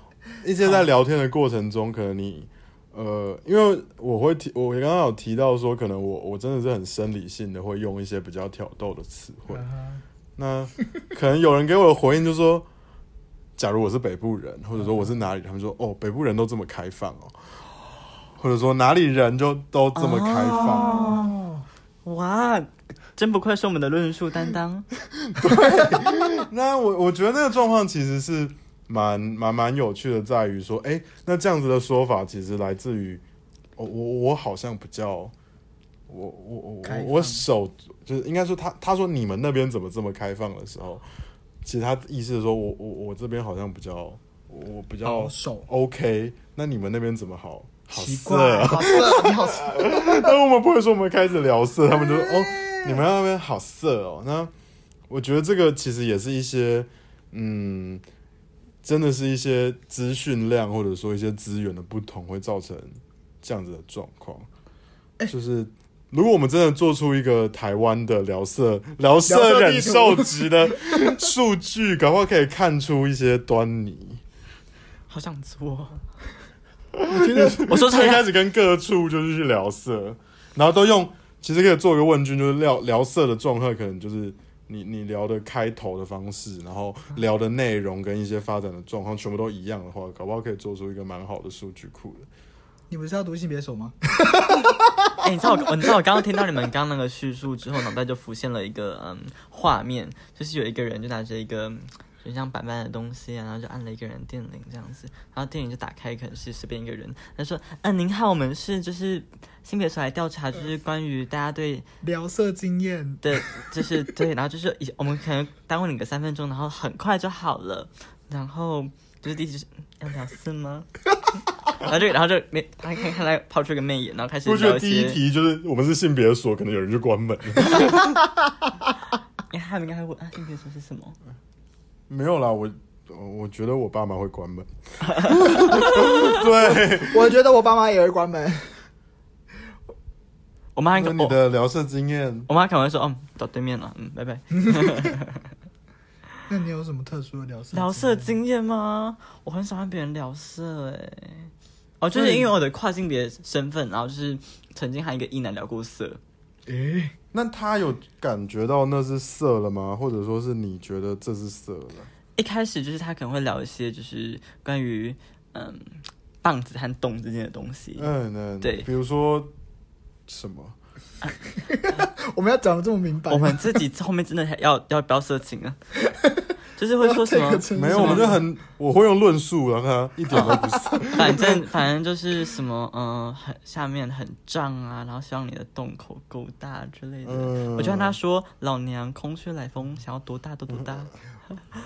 S3: 一些在聊天的过程中，可能你呃，因为我会提，我刚刚有提到说，可能我我真的是很生理性的会用一些比较挑逗的词汇， 那可能有人给我的回应就说。假如我是北部人，或者说我是哪里，他们说哦，北部人都这么开放哦，或者说哪里人就都这么开放，
S2: 哦，
S1: 哇，真不愧是我们的论述担 当。
S3: 那我我觉得那个状况其实是蛮蛮蛮有趣的，在于说，哎、那这样子的说法其实来自于，我我我好像比较，我我我
S2: 开
S3: 我
S2: 放
S3: 我手就是应该说他他说你们那边怎么这么开放的时候，其实他意思是说我我我这边好像比较我我比较
S2: 保守
S3: OK，那你们那边怎么好？好
S2: 奇
S3: 色
S2: 怪，
S3: 啊，
S2: 好色，你好色，
S3: 那我们不会说我们开始聊色，他们就说哦，你们那边好色哦。那我觉得这个其实也是一些，嗯，真的是一些资讯量或者说一些资源的不同，会造成这样子的状况。就是如果我们真的做出一个台湾的聊色聊色忍受值的数据， 搞不好可以看出一些端倪。
S1: 好想做，
S2: 我觉得
S1: 我说
S3: 最
S1: 大
S3: 开
S1: 家
S3: 始跟各处就是去聊色，然后都用，其实可以做个问句，就是聊聊色的状态，可能就是你你聊的开头的方式，然后聊的内容跟一些发展的状况全部都一样的话，搞不好可以做出一个蛮好的数据库的。
S2: 你不是要读性别手吗？
S1: 哎、你知道我，你知道我刚刚听到你们刚刚那个叙述之后，脑袋就浮现了一个嗯画面，就是有一个人就拿着一个嗯很像板板的东西啊，然后就按了一个人电铃这样子，然后电铃就打开，可能是随便一个人，他说：“嗯、您好，我们是就是性别所来调查，就是关于大家对
S2: 聊色经验，
S1: 对，就是对，然后就是以我们可能耽误你个三分钟，然后很快就好了，然后就是第一就是嗯要聊色吗？ 然后就然后就没他看看来抛出一个媚眼，然后开始
S3: 我觉
S1: 聊
S3: 得
S1: 一
S3: 第一
S1: 些。
S3: 题就是我们是性别所，可能有人就关门。
S1: 你还没跟他问啊？性别说是什么？
S3: 没有啦，我呃我觉得我爸妈会关门。对，
S2: 我觉得我爸妈也会关门。
S1: 我妈
S3: 那
S1: 跟
S3: 你
S1: 我
S3: 的聊色经验，
S1: 我妈可能会说，嗯，到对面了，嗯，拜拜。
S2: 那你有什么特殊的聊色？
S1: 聊色经验吗？我很少跟别人聊色哎、哦，就是因为我的跨性别身份，然后就是曾经和一个异男聊过色，
S2: 诶、
S3: 那他有感觉到那是色了吗？或者说是你觉得这是色了？
S1: 一开始就是他可能会聊一些就是关于嗯棒子和洞之间的东西，
S3: 嗯嗯，
S1: 对
S3: 比如说什么？
S2: 我们要讲的这么明白吗，
S1: 我 们自己后面真的还要要不要色情啊？ 就是会说什
S2: 要 take
S1: 么
S2: 个，成
S3: 没有，我们就很我会用论述，然后他一点 都不是。
S1: 反正反正就是什么，嗯、很下面很胀啊，然后希望你的洞口够大之类的。
S3: 嗯
S1: 我就跟他说，老娘空穴来风，想要多大都多大。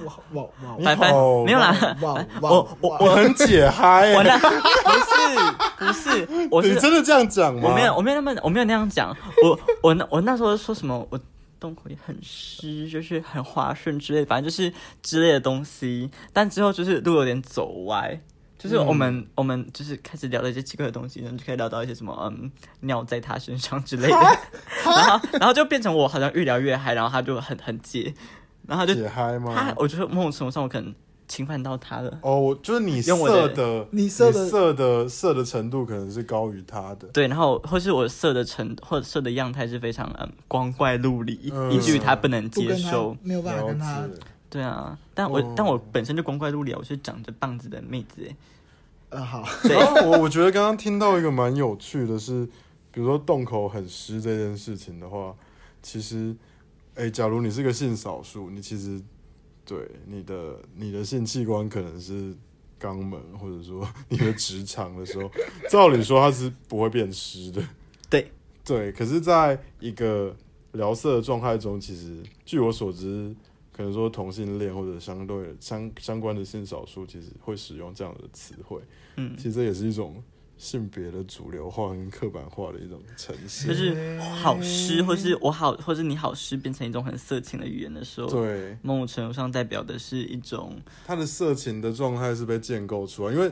S2: 哇哇哇
S3: 你
S1: 拜拜，
S3: 嗯好
S1: 没有啦，
S2: 哇哇！
S1: 我
S2: 我
S3: 我很解嗨、
S1: 我
S3: 欸，
S1: 那 不是不是，我
S3: 你
S1: 是
S3: 真的这样讲吗？
S1: 我没有我没有那么我没有那样讲，我 我那我那时候说什么我。洞口也很湿，就是很滑顺之类，反正就是之类的东西。但之后就是路有点走歪，就是我
S3: 嗯
S1: 们、我们就是开始聊了一些奇怪的东西，然后就可以聊到一些什么嗯尿在他身上之类的， 然后然后就变成我好像越聊越嗨，然后他就很很解，然后他就
S3: 解嗨
S1: 他
S3: 吗？
S1: 我觉得某种程度上我可能侵犯到他了，
S3: 哦，我就是你
S1: 用我的
S3: 色的，
S2: 你色的
S3: 色的色的程度可能是高于他的。
S1: 对，然后或是我色的成或者色的样态是非常嗯光怪陆离，
S3: 嗯
S1: 以至于他不能
S2: 不
S1: 接
S2: 跟
S1: 受
S2: 他。没有办法跟他
S3: 了解
S1: 对啊，但我、
S2: 嗯
S3: 哦
S1: 但我本身就光怪陆离啊，我是长着棒子的妹子哎。
S2: 呃好，
S1: 对
S3: 然后我我觉得刚刚听到一个蛮有趣的是，比如说洞口很湿这件事情的话，其实，哎、假如你是个性少数，你其实对你的你的性器官可能是肛门，或者说 你的直肠的时候，照理说它是不会变湿的。
S1: 对
S3: 对，可是在一个聊色的状态中，其实据我所知。可能说同性恋或者相对的相相关的性少数，其实会使用这样的词汇。
S1: 嗯，
S3: 其实这也是一种性别的主流化跟刻板化的一种呈
S1: 就
S3: 现。
S1: 是好诗，或是我好，或是你好诗，变成一种很色情的语言的时候，
S3: 对，
S1: 某种程度上代表的是一 种
S3: 他的色情的状态是被建构出来，因为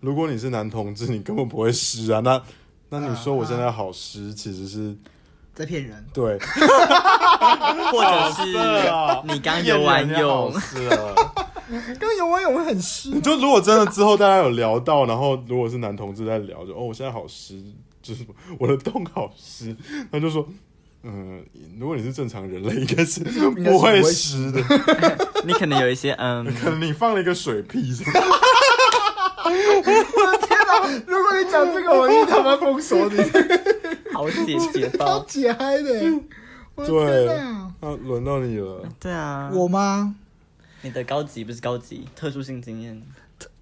S3: 如果你是男同志，你根本不会湿啊。那那你说我现在好湿，其实是
S2: 在骗人。
S3: 对，
S1: 或者是
S3: 啊
S1: 你刚游完泳，
S3: 是啊。
S2: 刚游完泳会很湿，
S3: 就如果真的之后大家有聊到，然后如果是男同志在聊，就哦，我现在好湿，就是我的洞好湿，他就说，嗯，如果你是正常人类，应该是
S2: 应该是
S3: 不
S2: 不会
S3: 会湿的。
S1: 你可能有一些嗯，
S3: 可能你放了一个水屁，
S2: 如果你讲这个，我一定他妈封锁你，
S1: 好姐姐
S2: 超
S1: 包。
S2: 解嗨 的。我哦的啊
S3: 对
S2: 天哪
S3: 那轮到你了。
S1: 对啊，
S2: 我吗？
S1: 你的高级不是高级，特殊性经验，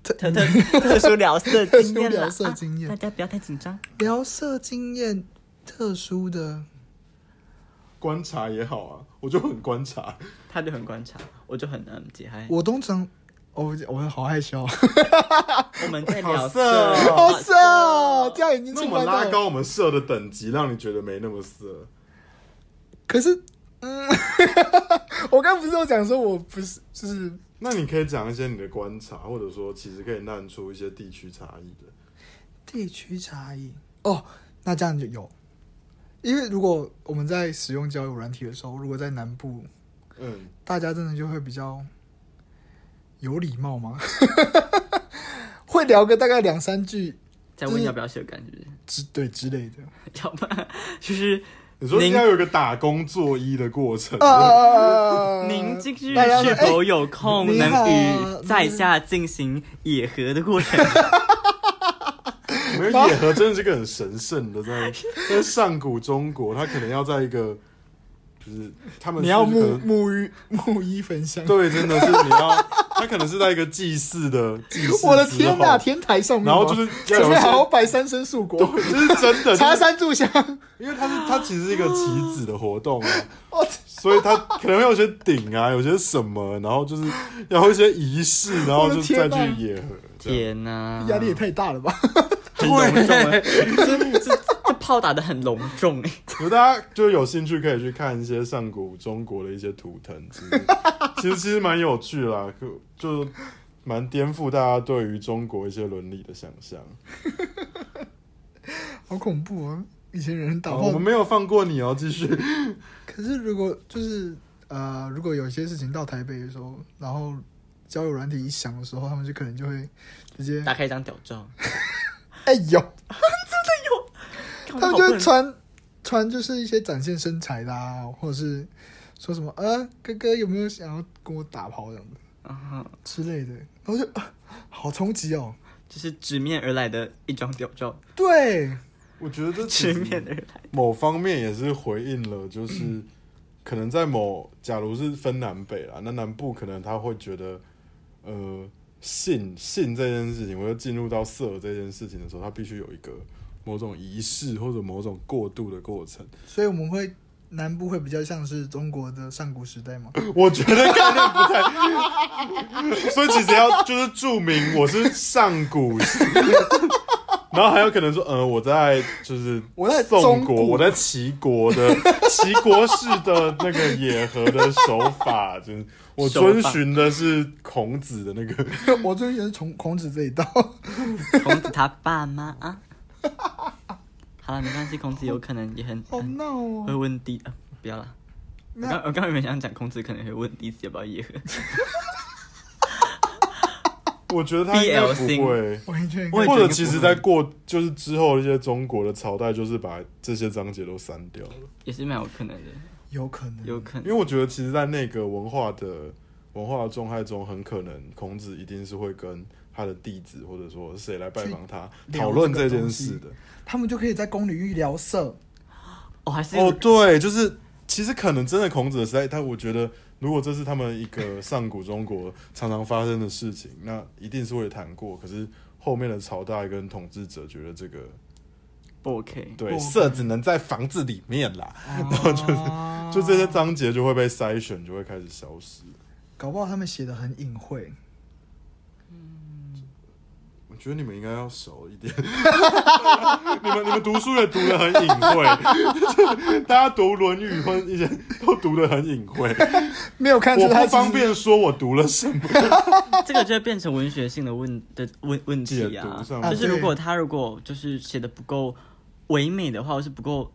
S1: 特特特特殊聊色经验啦
S2: 特殊聊色经验
S1: 啊大家不要太紧张。
S2: 聊色经验特殊的，
S3: 观察也好啊，我就很观察。
S1: 他就很观察，我就很嗯解嗨。
S2: 我通常。哦我我好害羞，
S1: 我们在
S3: 好
S1: 聊
S3: 色哦
S2: 好色 哦，这样已经
S3: 那
S2: 侵
S3: 我们
S2: 犯到
S3: 拉。高我们色的等级，让你觉得没那么色。
S2: 可是，嗯， 我刚不是有讲说我不是，就是
S3: 那你可以讲一些你的观察，或者说其实可以淡出一些地区差异的。
S2: 地区差异哦，那这样就有，因为如果我们在使用交友软体的时候，如果在南部，
S3: 嗯，
S2: 大家真的就会比较有礼貌吗？ 会聊个大概两三句
S1: 再问要不要修改，是不是？
S2: 之对之类的，
S1: 要不然就是
S3: 你说
S1: 您
S3: 应该有一个打工作揖的过程。
S2: 啊，
S1: 您今日
S2: 大家说
S1: 是否有
S2: 哎
S1: 空，
S2: 你好嗯
S1: 能与在下进行野合的过程？
S3: 我觉得野合真的是个很神圣 的，在在上古中国，他可能要在一个就是他们
S2: 你要
S3: 是可
S2: 沐
S3: 能
S2: 沐浴沐衣焚香，
S3: 对，真的是你要，他可能是在一个祭祀的祭祀之后。
S2: 我的天哪，天台上面吗，
S3: 然后就是要
S2: 前
S3: 有一
S2: 面
S3: 些
S2: 还要拜三牲树果，
S3: 这是真的，
S2: 茶
S3: 就是
S2: 山炷香，
S3: 因为它是它其实是一个棋子的活动啊，
S2: 我
S3: 所以它可能会有些顶啊，有些什么，然后就是要有一些仪式，然后就再去野合。这样
S1: 天哪，
S2: 压力也太大了吧？
S1: 很隆重啊，这这这炮打的很隆重哎、
S3: 如果大家就是有兴趣，可以去看一些上古中国的一些图腾， 其实其实其实蛮有趣啦，可就蛮颠覆大家对于中国一些伦理的想象。
S2: 好恐怖哦！以前人打
S3: 好，
S2: 炮
S3: 我们没有放过你哦，继续。
S2: 可是如果就是呃，如果有些事情到台北的时候，然后交友软体一响的时候，他们就可能就会直接
S1: 打开一张屌照，
S2: 哎呦，
S1: 他
S2: 他们就会传传就是一些展现身材的啊，或者是说什么呃哥哥有没有想要跟我打炮这样的
S1: 啊
S2: 之类的，然后就、啊好冲击哦。
S1: 就是直面而来的一张屌 照，
S2: 对，
S3: 我觉得这其
S1: 直
S3: 实
S1: 面而 来。
S3: 某方面也是回应了，就是可能在某，假如是分南北啦，那南部可能他会觉得，呃，性性这件事情，我又进入到色这件事情的时候，他必须有一个某种仪式或者某种过渡的过程。
S2: 所以我们会南部会比较像是中国的上古 时代嘛。
S3: 我觉得概念不太， 所以其实要就是注明我是上古时，然后还有可能说，呃，我在就是
S2: 我在
S3: 宋
S2: 中
S3: 国，
S2: 国
S3: 我在齐国的齐国式的那个野合的手法，就是我遵循的是孔子的那个，
S2: 我最近也是从孔子这一道，
S1: 孔子他爸妈啊，好了，没关系，孔子有可能也很
S2: 好闹
S1: 会
S2: 哦。
S1: 问弟啊，不要了。我
S2: 那
S1: 刚我刚原本想讲孔子可能会问弟子要不要耶和，
S3: 我觉得他应该
S1: BL
S3: 不会。
S2: 完全
S1: 我也觉得
S3: 或者
S1: 应该
S3: 其实，
S1: 不会
S3: 在过就是之后的一些中国的朝代，就是把这些章节都删掉了。
S1: 也是蛮有可能的，
S2: 有可能，
S1: 有可
S3: 因为
S1: 能。
S3: 我觉得，其实，在那个文化的文化的状态中，很可能孔子一定是会跟他的弟子，或者说谁来拜访他，
S2: 去聊
S3: 讨论
S2: 这个
S3: 这件
S2: 东西
S3: 事的。
S2: 他们就可以在宫里域聊色。
S1: 哦，还是
S3: 哦，对，就是其实可能真的孔子的时代，但我觉得，如果这是他们一 个上古中国常常发生的事情，那一定是会谈过。可是后面的朝代跟统治者觉得这个
S1: 不 OK，
S3: 对
S2: 不
S3: 色只能在房子里面啦，
S2: 然后就是
S3: 就这些章节就会被筛选，就会开始消失。
S2: 搞不好他们写的很隐晦，
S3: 我觉得你们应该要熟一点， 你们你们读书也读得很隐晦， 就大家读《论语》或一些都读得很 隐晦，
S2: 没有看
S3: 我
S2: 出他
S3: 不
S2: 其实
S3: 方便说我读了什么。
S1: 这个就会变成文学性的问的问问题
S3: 解
S1: 啊
S3: 读上，
S2: 面
S1: 就是如果他如果就是写的不够唯美的话，或是不够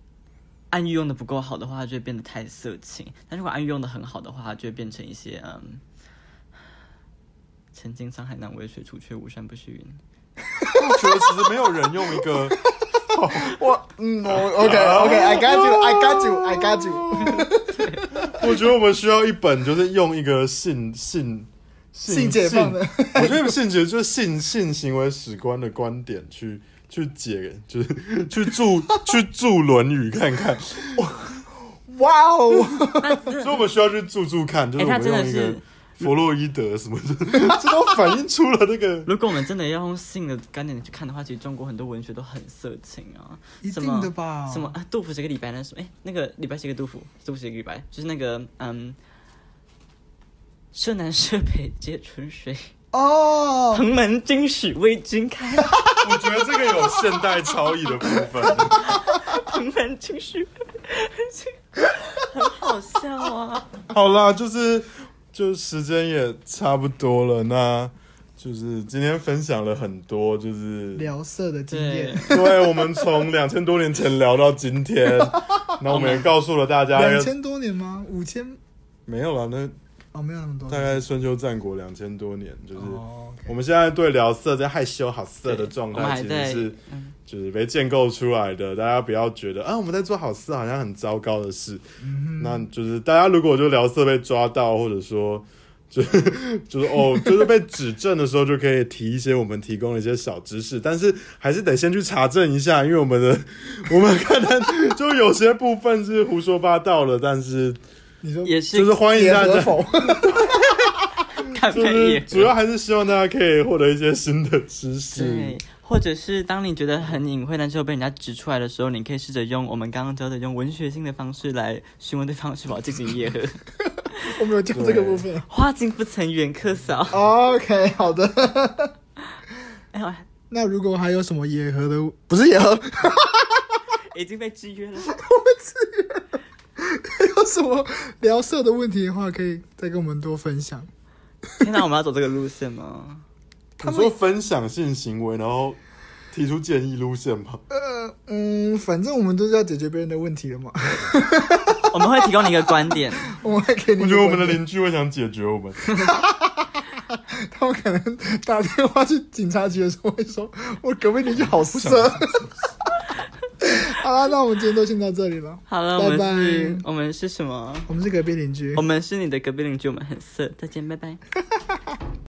S1: 暗喻用的不够好的话，它就会变得太色情；但如果暗喻用的很好的话，它就会变成一些嗯，曾经沧海难为水，除却巫山不是云。
S3: 我觉得其实没有人用一 个，
S2: 我嗯我 OK
S3: 哦
S2: OK I got you I got you I got you
S3: 我觉得我们需要一本就是用一个性性
S2: 性解放的
S3: 性我觉得性解就是 性性行为史观的观点去去解， 就是去注去注《论语》看看，
S2: 哇哦，
S3: 所以我们需要去注注看，就是
S1: 哎
S3: 我
S1: 那
S3: 们
S1: 真的
S3: 用一个。
S1: 是
S3: 弗洛伊德什么的， 这都反映出了那个
S1: 如果我们真的要用性的观点去看的话，其实中国很多文学都很色情啊，
S2: 一
S1: 什么
S2: 定的吧？
S1: 什么啊？杜甫写给李白那什么？哎、那个李白写给杜甫，杜甫写给李白，就是那个嗯，舍南舍北皆春水，
S2: 哦？
S1: 蓬门今始为君开，
S3: 我觉得这个有现代超意的部分。
S1: 蓬门今始为君开， 很好笑啊！
S3: 好啦，就是就时间也差不多了，那就是今天分享了很多，就是
S2: 聊色的 经
S1: 对
S2: 验，，
S3: 对我们从两千多年前聊到今 天，那我们也告诉了大家，
S2: 两千多年吗？五千
S3: 没有了，那
S2: 哦，没有那么多，
S3: 大概春秋战国两千多年，就是。
S2: 哦，OK，
S3: 我们现在对聊色这害羞好色的状
S1: 我们
S3: 态，
S1: 还
S3: 其
S1: 在
S3: 实是
S1: 嗯
S3: 就是被建构出来的。大家不要觉得啊，我们在做好事好像很糟糕的事。
S1: 嗯
S3: 那就是大家如果就聊色被抓到，或者说 就就是哦，就是被指正的时候，就可以提一些我们提供的一些小知识，但是还是得先去查证一下，因为我们的 我们看看就有些部分是胡说八道的，但是
S2: 你说
S1: 也是
S3: 就是欢迎
S2: 也
S3: 大
S2: 合
S3: 家。
S2: 否？
S1: 看
S3: 就
S1: 配
S3: 是
S1: 也。
S3: 主要还是希望大家可以获得一些新的知识。
S1: 对，或者是当你觉得很隐晦，但是又被人家指出来的时候，你可以试着用我们刚刚教的用文学性的方式来询问对方是否进行 夜合。
S2: 我没有讲这个部分。
S1: 花径不曾远客 扫。
S2: OK，好的。
S1: 哎呦，
S2: 那如果还有什么野合的，不是野合，
S1: 已经被制约了。
S2: 有什么聊色的问题的话，可以再跟我们多分享。
S1: 天哪，我们要走这个路线 吗？
S3: 你说分享性行为，然后提出建议路线吗？
S2: 呃，嗯，反正我们都是要解决别人的问题了嘛，
S1: 我们会提供你一个观点，
S2: 我们会给你。
S3: 我觉得我们的邻居会想解决我们。
S2: 他们可能打电话去警察局的时候会说：“我隔壁邻居好色。”好了，那我们今天就先到这里了。
S1: 好了，我
S2: 拜
S1: 们
S2: 拜嗯
S1: 是，。我们是什么？
S2: 我们是隔壁邻居
S1: 我。们是你的隔壁邻居，我们很色。再见，拜拜。